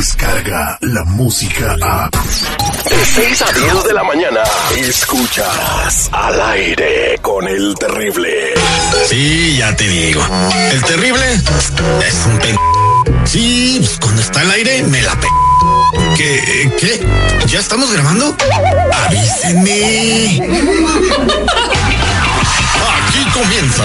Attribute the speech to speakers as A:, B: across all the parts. A: Escucha la música a.
B: De 6 a 10 de la mañana, escuchas al aire con el terrible.
C: Sí, ya te digo. El terrible es un p. Sí, pues cuando está al aire me la pe. ¿Qué? ¿Qué? ¿Ya estamos grabando? Avísenme. Aquí comienza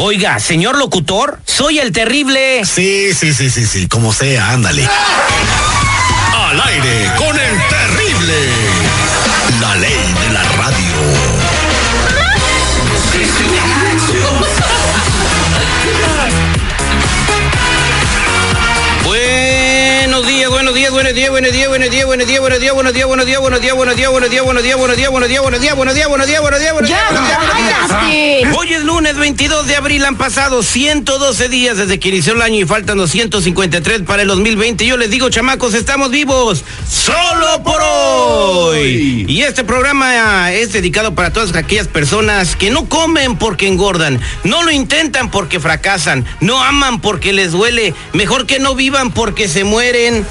D: Oiga, señor locutor, soy el terrible.
C: Sí, sí, sí, sí, sí, como sea, ándale. Al aire con el terrible. La ley de la radio.
D: Buenos días, buenos días, buenos días, buenos días, buenos días, buenos días, buenos días, buenos días, buenos días, buenos días, buenos días, buenos días, buenos días, buenos días, buenos días, buenos días, buenos días, buenos días, buenos días, buenos días, buenos días, buenos días. Hoy es lunes 22 de abril, han pasado 112 días desde que inició el año y faltan 253 para el 2020. Yo les digo, chamacos, estamos vivos solo por hoy. Y este programa es dedicado para todas aquellas personas que no comen porque engordan, no lo intentan porque fracasan, no aman porque les duele, mejor que no vivan porque se mueren.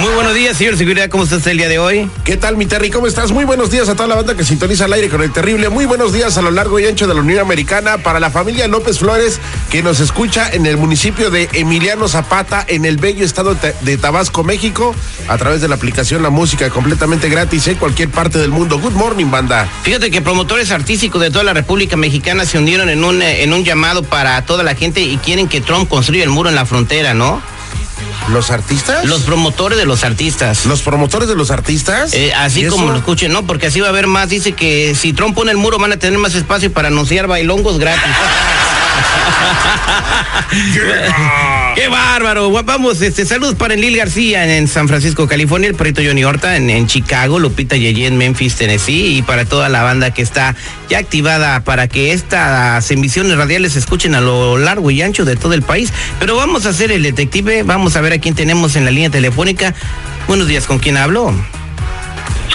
D: Muy buenos días, señor Seguridad, ¿cómo está usted el día de hoy?
E: ¿Qué tal, mi Terry? ¿Cómo estás? Muy buenos días a toda la banda que sintoniza al aire con el terrible. Muy buenos días a lo largo y ancho de la Unión Americana para la familia López Flores que nos escucha en el municipio de Emiliano Zapata, en el bello estado ta- de Tabasco, México, a través de la aplicación La Música completamente gratis en cualquier parte del mundo. Good morning, banda.
D: Fíjate que promotores artísticos de toda la República Mexicana se unieron en un, eh, en un llamado para toda la gente y quieren que Trump construya el muro en la frontera, ¿no?
E: ¿Los artistas?
D: Los promotores de los artistas.
E: ¿Los promotores de los artistas?
D: Eh, así
E: ¿Y
D: como
E: eso?
D: lo escuchen, ¿no? Porque así va a haber más. Dice que si Trump pone el muro van a tener más espacio para anunciar bailongos gratis. ¡Qué bárbaro! Gua- Vamos, este, saludos para Enlil García en, en San Francisco, California, el perrito Johnny Horta en, en Chicago, Lupita Yeye en Memphis, Tennessee, y para toda la banda que está ya activada para que estas emisiones radiales se escuchen a lo largo y ancho de todo el país. Pero vamos a hacer el detective, vamos a ver a quién tenemos en la línea telefónica. Buenos días, ¿con quién hablo?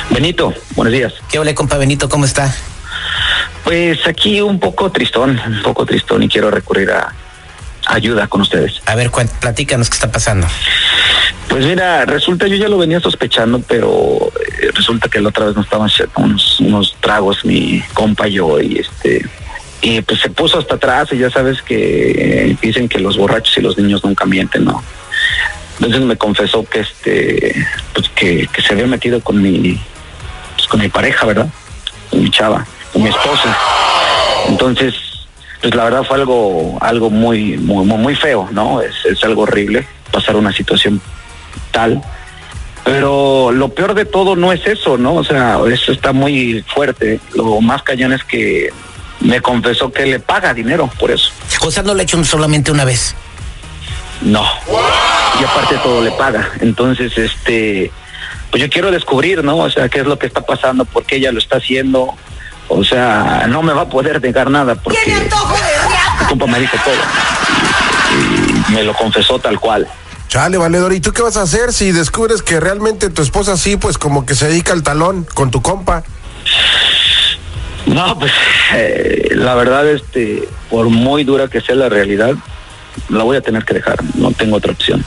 F: Benito, buenos días.
D: ¿Qué hola, compa Benito? ¿Cómo está?
F: Pues aquí un poco tristón, un poco tristón y quiero recurrir a ayuda con ustedes.
D: A ver, cuán- platícanos qué está pasando.
F: Pues mira, resulta yo ya lo venía sospechando, pero eh, resulta que la otra vez nos estaban echando unos, unos tragos mi compa y yo y este y pues se puso hasta atrás y ya sabes que eh, dicen que los borrachos y los niños nunca mienten, ¿no? Entonces me confesó que este pues que, que se había metido con mi pues, con mi pareja, ¿verdad? Con mi chava, con mi esposa. Entonces, pues la verdad fue algo, algo muy, muy, muy, muy feo, ¿no? Es, es algo horrible pasar una situación tal. Pero lo peor de todo no es eso, ¿no? O sea, eso está muy fuerte. Lo más cañón es que me confesó que le paga dinero por eso.
D: O sea, no lo he hecho solamente una vez.
F: No. Y aparte todo le paga. Entonces, este, pues yo quiero descubrir, ¿no? O sea, qué es lo que está pasando, por qué ella lo está haciendo. O sea, no me va a poder negar nada porque mi compa me dijo todo. Y- y me lo confesó tal cual.
E: Chale, valedor. ¿Y tú qué vas a hacer si descubres que realmente tu esposa sí, pues como que se dedica al talón con tu compa?
F: No, pues eh, la verdad, este, por muy dura que sea la realidad, la voy a tener que dejar. No tengo otra opción.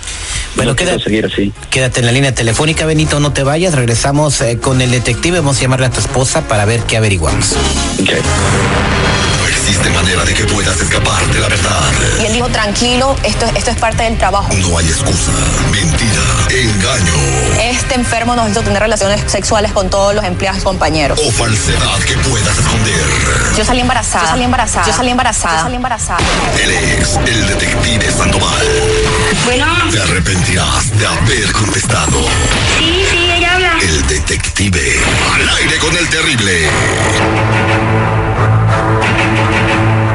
D: Bueno,
F: no
D: queda-
F: quiero seguir así.
D: Quédate en la línea telefónica, Benito, no te vayas. Regresamos eh, con el detective. Vamos a llamarle a tu esposa para ver qué averiguamos.
F: Ok.
C: No existe manera de que puedas escapar de la verdad.
G: Y él dijo, tranquilo, esto, esto es parte del trabajo.
C: No hay excusa, mentira, engaño
G: Este enfermo nos hizo tener relaciones sexuales con todos los empleados y compañeros.
C: o falsedad que puedas esconder.
G: Yo salí embarazada. Yo salí embarazada. Yo salí embarazada. Yo salí embarazada.
C: Él es el detective Sandoval.
H: Bueno,
C: Te arrepentirás de haber contestado.
H: sí, sí, ella habla.
C: El detective. Al aire con el terrible.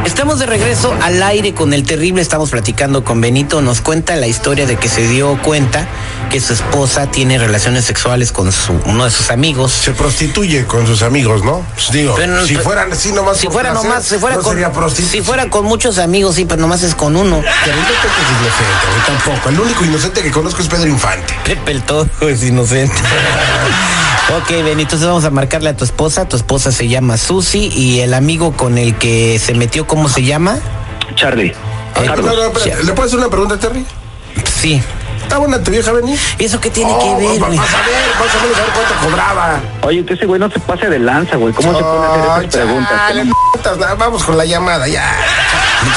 D: Estamos Estamos de regreso al aire con el terrible. Estamos platicando con Benito. Nos cuenta la historia de que se dio cuenta que su esposa tiene relaciones sexuales con su, uno de sus amigos.
E: Se prostituye con sus amigos, ¿no? Pues digo,
D: Pero-
E: si
D: pero-
E: fueran así nomás.
D: si
E: por
D: fuera
E: placer,
D: nomás, si fuera
E: no
D: con,
E: sería prostituta.
D: si fuera con muchos amigos, sí, pero nomás es con uno.
E: Pero yo creo que es inocente, güey, tampoco. El único inocente que conozco es Pedro Infante.
D: Pepe el todo es inocente. Ok, Benito, entonces vamos a marcarle a tu esposa. Tu esposa se llama Susi y el amigo con el que se metió, ¿cómo se llama?
F: Charlie.
D: Eh,
E: No, no, espérate, ¿Le puedo hacer una pregunta, Terry?
D: Sí.
E: ¿Está buena tu vieja, Benny?
D: ¿Eso qué tiene
E: Oh,
D: que ver,
E: va-
D: güey?
E: Vas a ver, vas a ver, a ver cuánto cobraba.
F: Oye, que ese güey no se pase de lanza, güey. ¿Cómo se pone a hacer
E: Ay,
F: esas preguntas?
E: chale, putas, na- Vamos con la llamada, ya.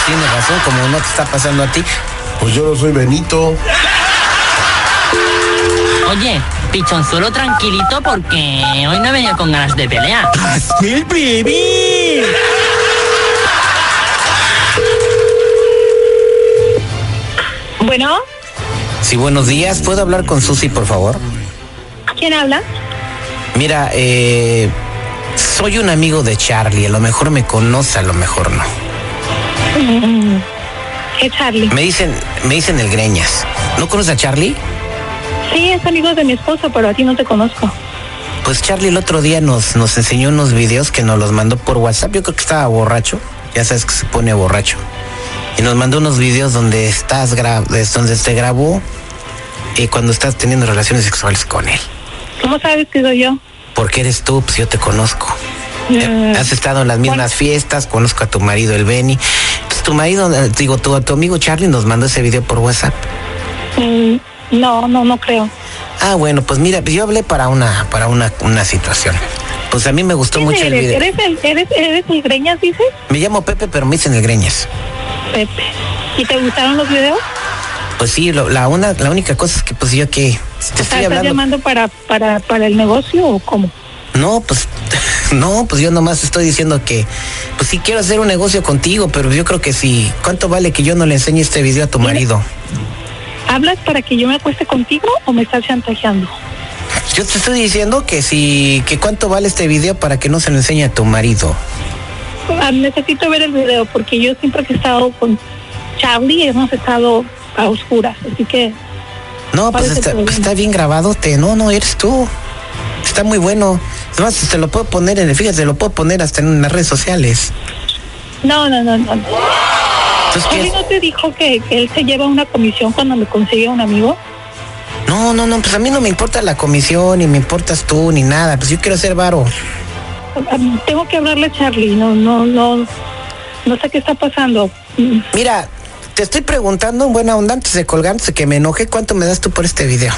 D: Tienes razón, como no te está pasando a ti.
E: Pues yo no soy Benito.
I: Oye, pichonzuelo tranquilito porque hoy no he venido con ganas de pelear.
D: ¡Mil baby!
H: Bueno,
D: Sí, buenos días. ¿Puedo hablar con Susi, por favor?
H: ¿quién habla?
D: Mira, eh, soy un amigo de Charlie. A lo mejor me conoce, a lo mejor no.
H: Es Charlie.
D: Me dicen, me dicen el Greñas. ¿No conoces a Charlie?
H: Sí, es amigo de mi esposo, pero a ti no te conozco.
D: Pues Charlie el otro día nos, nos enseñó unos videos que nos los mandó por WhatsApp. Yo creo que estaba borracho. Ya sabes que se pone borracho. Y nos mandó unos videos donde estás gra- es donde te grabó eh, cuando estás teniendo relaciones sexuales con él.
H: ¿Cómo sabes que soy yo?
D: Porque eres tú, pues yo te conozco.
H: Mm,
D: Has estado en las mismas fiestas, conozco a tu marido el Benny. Pues tu marido, eh, digo, tu, tu amigo Charlie nos mandó ese video por WhatsApp.
H: mm, no, no, no creo.
D: Ah, bueno, pues mira, pues yo hablé para una, para una, una situación. Pues a mí me gustó
H: ¿Quién
D: mucho el
H: eres?
D: video.
H: ¿Eres el, eres, eres el Greñas, dices?
D: Me llamo Pepe, pero me dicen el Greñas.
H: Pepe. ¿Y te gustaron los videos?
D: Pues sí, lo- la, una, la única cosa es que pues yo que te
H: O sea,
D: estoy
H: ¿Estás
D: hablando.
H: llamando para, para, para el negocio o cómo?
D: No, pues no, pues yo nomás estoy diciendo que pues sí quiero hacer un negocio contigo, pero yo creo que sí. ¿Cuánto vale que yo no le enseñe este video a tu marido?
H: ¿Hablas para que yo me acueste contigo o me estás chantajeando?
D: Yo te estoy diciendo que sí, que cuánto vale este video para que no se lo enseñe a tu marido.
H: Ah, necesito ver el video porque yo siempre que he estado con Charlie hemos estado a oscuras, así que
D: No,
H: ¿Cuál
D: pues
H: es el
D: está,
H: problema?
D: pues, está bien grabadote. No, no, eres tú. Está muy bueno. Además, te lo puedo poner en el, fíjate, lo puedo poner hasta en las redes sociales.
H: no, no, no, no. no.
D: Entonces, ¿qué
H: Oye,
D: es?
H: ¿no te dijo que, que él se lleva una comisión cuando me consigue un amigo?
D: No, no, no, pues a mí no me importa la comisión, ni me importas tú, ni nada. Pues yo quiero ser varo.
H: Ah, Tengo que hablarle a Charlie, no, no, no, no sé qué está pasando. Mm,
D: Mira, te estoy preguntando en buena onda antes de colgar, antes de que me enoje, ¿cuánto me das tú por este video?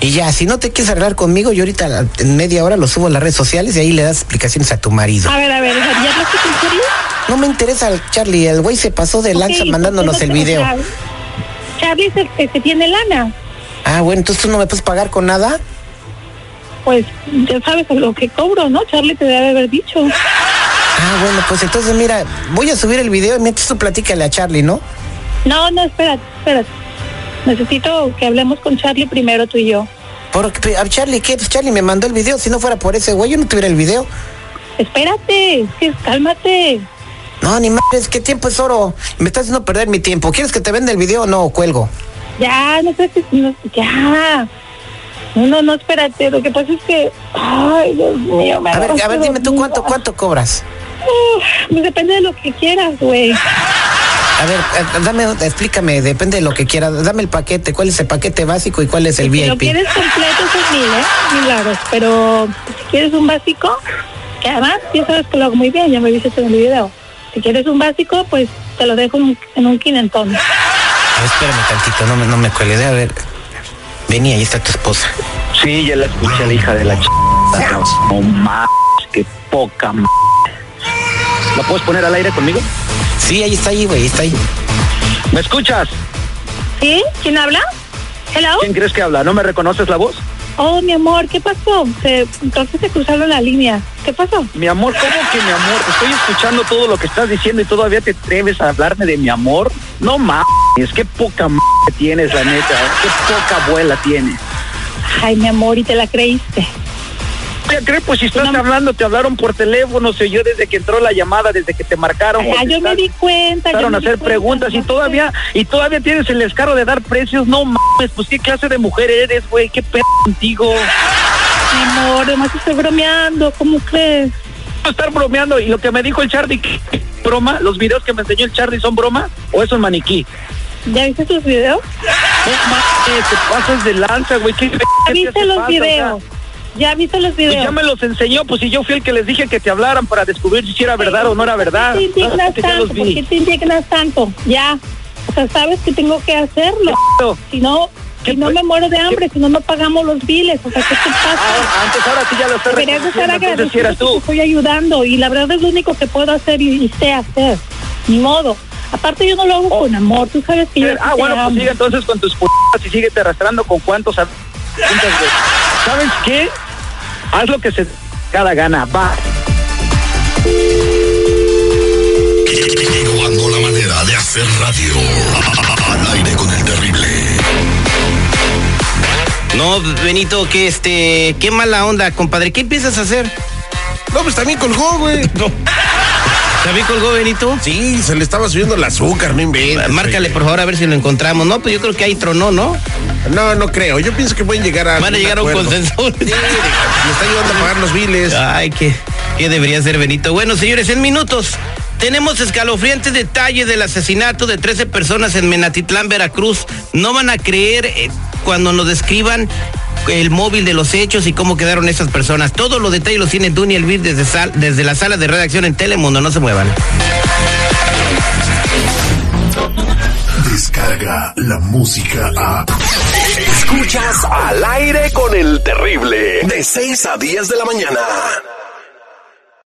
D: Y ya, si no te quieres arreglar conmigo, yo ahorita la- en media hora lo subo a las redes sociales y ahí le das explicaciones a tu marido.
H: A ver, a ver, ¿ya hablaste con Charlie?
D: No me interesa, el Charlie, el güey se pasó de lanza
H: Ok,
D: mandándonos el
H: entonces, o
D: video.
H: sea, Charlie es el que- que tiene lana.
D: Ah, bueno, entonces tú no me puedes pagar con nada.
H: Pues ya sabes lo que cobro, ¿no? Charlie te debe haber dicho.
D: Ah, bueno, pues entonces mira, voy a subir el video y mientras tú platícale a Charlie, ¿no?
H: No, no, espérate, espérate. Necesito que hablemos con Charlie primero tú y yo.
D: Porque a Charlie, ¿qué? Pues Charlie me mandó el video. Si no fuera por ese güey, yo no tuviera el video.
H: Espérate, es que cálmate.
D: No, ni madres, ¿qué tiempo es oro? Me estás haciendo perder mi tiempo. ¿Quieres que te venda el video o no? Cuelgo.
H: Ya, no sé si... no, ya. No, no, espérate. Lo que pasa es que... Ay, Dios mío. Me
D: A ver, a
H: agarraste
D: ver, dime tú
H: dormida.
D: cuánto, cuánto cobras.
H: Uf, pues depende de lo que quieras, güey.
D: A ver, eh, dame, explícame, depende de lo que quieras. Dame el paquete, cuál es el paquete básico y cuál es el
H: Si lo
D: VIP.
H: quieres completo son mil, ¿eh? Mil lados. Pero si quieres un básico, que además ya sabes que lo hago muy bien, ya me viste en el video. Si quieres un básico, pues te lo dejo en un, en un quinentón.
D: A ver, espérame tantito, no me, no me cuelgues. A ver, vení, ahí está tu esposa.
F: Sí, ya la escuché la hija de la ch... No más, qué poca m... ¿La puedes poner al aire conmigo?
D: Sí, ahí está ahí, güey, ahí está ahí.
F: ¿Me escuchas?
H: ¿Sí? ¿Quién habla? Hello.
F: ¿Quién crees que habla? ¿No me reconoces la voz?
H: Oh, mi amor, ¿qué pasó? Se, entonces se cruzaron la línea. ¿Qué pasó?
F: Mi amor, ¿cómo que mi amor? Te estoy escuchando todo lo que estás diciendo y todavía te atreves a hablarme de mi amor. No más, qué poca m... tienes, la neta. ¿eh? Qué poca abuela tienes.
H: Ay, mi amor, y te la creíste.
F: voy a creer, pues si estás hablando, te hablaron por teléfono, se oyó desde que entró la llamada, desde que te marcaron.
H: Ah, yo me di cuenta. yo
F: Empezaron
H: me
F: a
H: di
F: hacer
H: cuenta,
F: preguntas y
H: no sé.
F: todavía, y todavía tienes el descaro de dar precios. No mames, pues qué clase de mujer eres, güey, qué pedo contigo.
H: Mi amor, además estoy bromeando, ¿cómo crees?
F: No estar bromeando y lo que me dijo el Charlie, ¿qué broma, los videos que me enseñó el Charlie son broma o es un maniquí.
H: ¿Ya viste tus videos?
F: No mames, te pasas de lanza, güey, qué pedo
H: ¿Ya
F: te
H: viste
F: hace
H: los
F: falta, o sea,
H: videos? ¿Ya viste los
F: Pues ya
H: videos?
F: me los enseñó, pues si yo fui el que les dije que te hablaran para descubrir si era verdad o no era verdad. Ah,
H: ¿Por qué te
F: Ya los
H: indignas tanto? ¿Por qué
F: vi.
H: te indignas tanto? Ya. O sea, sabes que tengo que hacerlo. Si no,
F: ¿Qué
H: si no
F: fue?
H: me muero de hambre, si no, no pagamos los biles. O sea, ¿qué te pasa?
F: Ahora, antes, ahora sí ya lo estás
H: Deberías de estar
F: reconociendo, entonces sí
H: agradecido
F: eras
H: que te
F: tú.
H: estoy ayudando. Y la verdad es lo único que puedo hacer y, y sé hacer. Ni modo. Aparte, yo no lo hago con amor. Tú sabes que yo sí
F: Oh. Ah,
H: te
F: bueno, pues
H: amo.
F: sigue entonces con tus putas y síguete arrastrando con cuántos a- juntas de- ¿Sabes qué? Haz lo que se cada gana, va.
A: Llegando la manera de hacer radio. Al aire con el terrible.
D: No, Benito, que este, qué mala onda, compadre. ¿Qué empiezas a hacer?
E: No, pues también colgó, güey.
D: ¿También colgó Benito?
E: Sí, se le estaba subiendo el azúcar, no inventes.
D: Márcale, por favor, a ver si lo encontramos. No, pues yo creo que ahí tronó, ¿no?
E: No, no creo. Yo pienso que pueden llegar a.
D: Van a llegar a un
E: acuerdo.
D: consenso.
E: Me está ayudando a pagar los biles.
D: Ay, qué, qué debería ser Benito. Bueno, señores, en minutos tenemos escalofriantes detalles del asesinato de 13 personas en Menatitlán, Veracruz. No van a creer eh, cuando nos describan el móvil de los hechos y cómo quedaron esas personas. Todos los detalles los tiene Duny Elvir desde, sal- desde la sala de redacción en Telemundo. No se muevan.
A: Descarga la música a.
B: Escuchas al aire con el terrible de 6 a 10 de la mañana.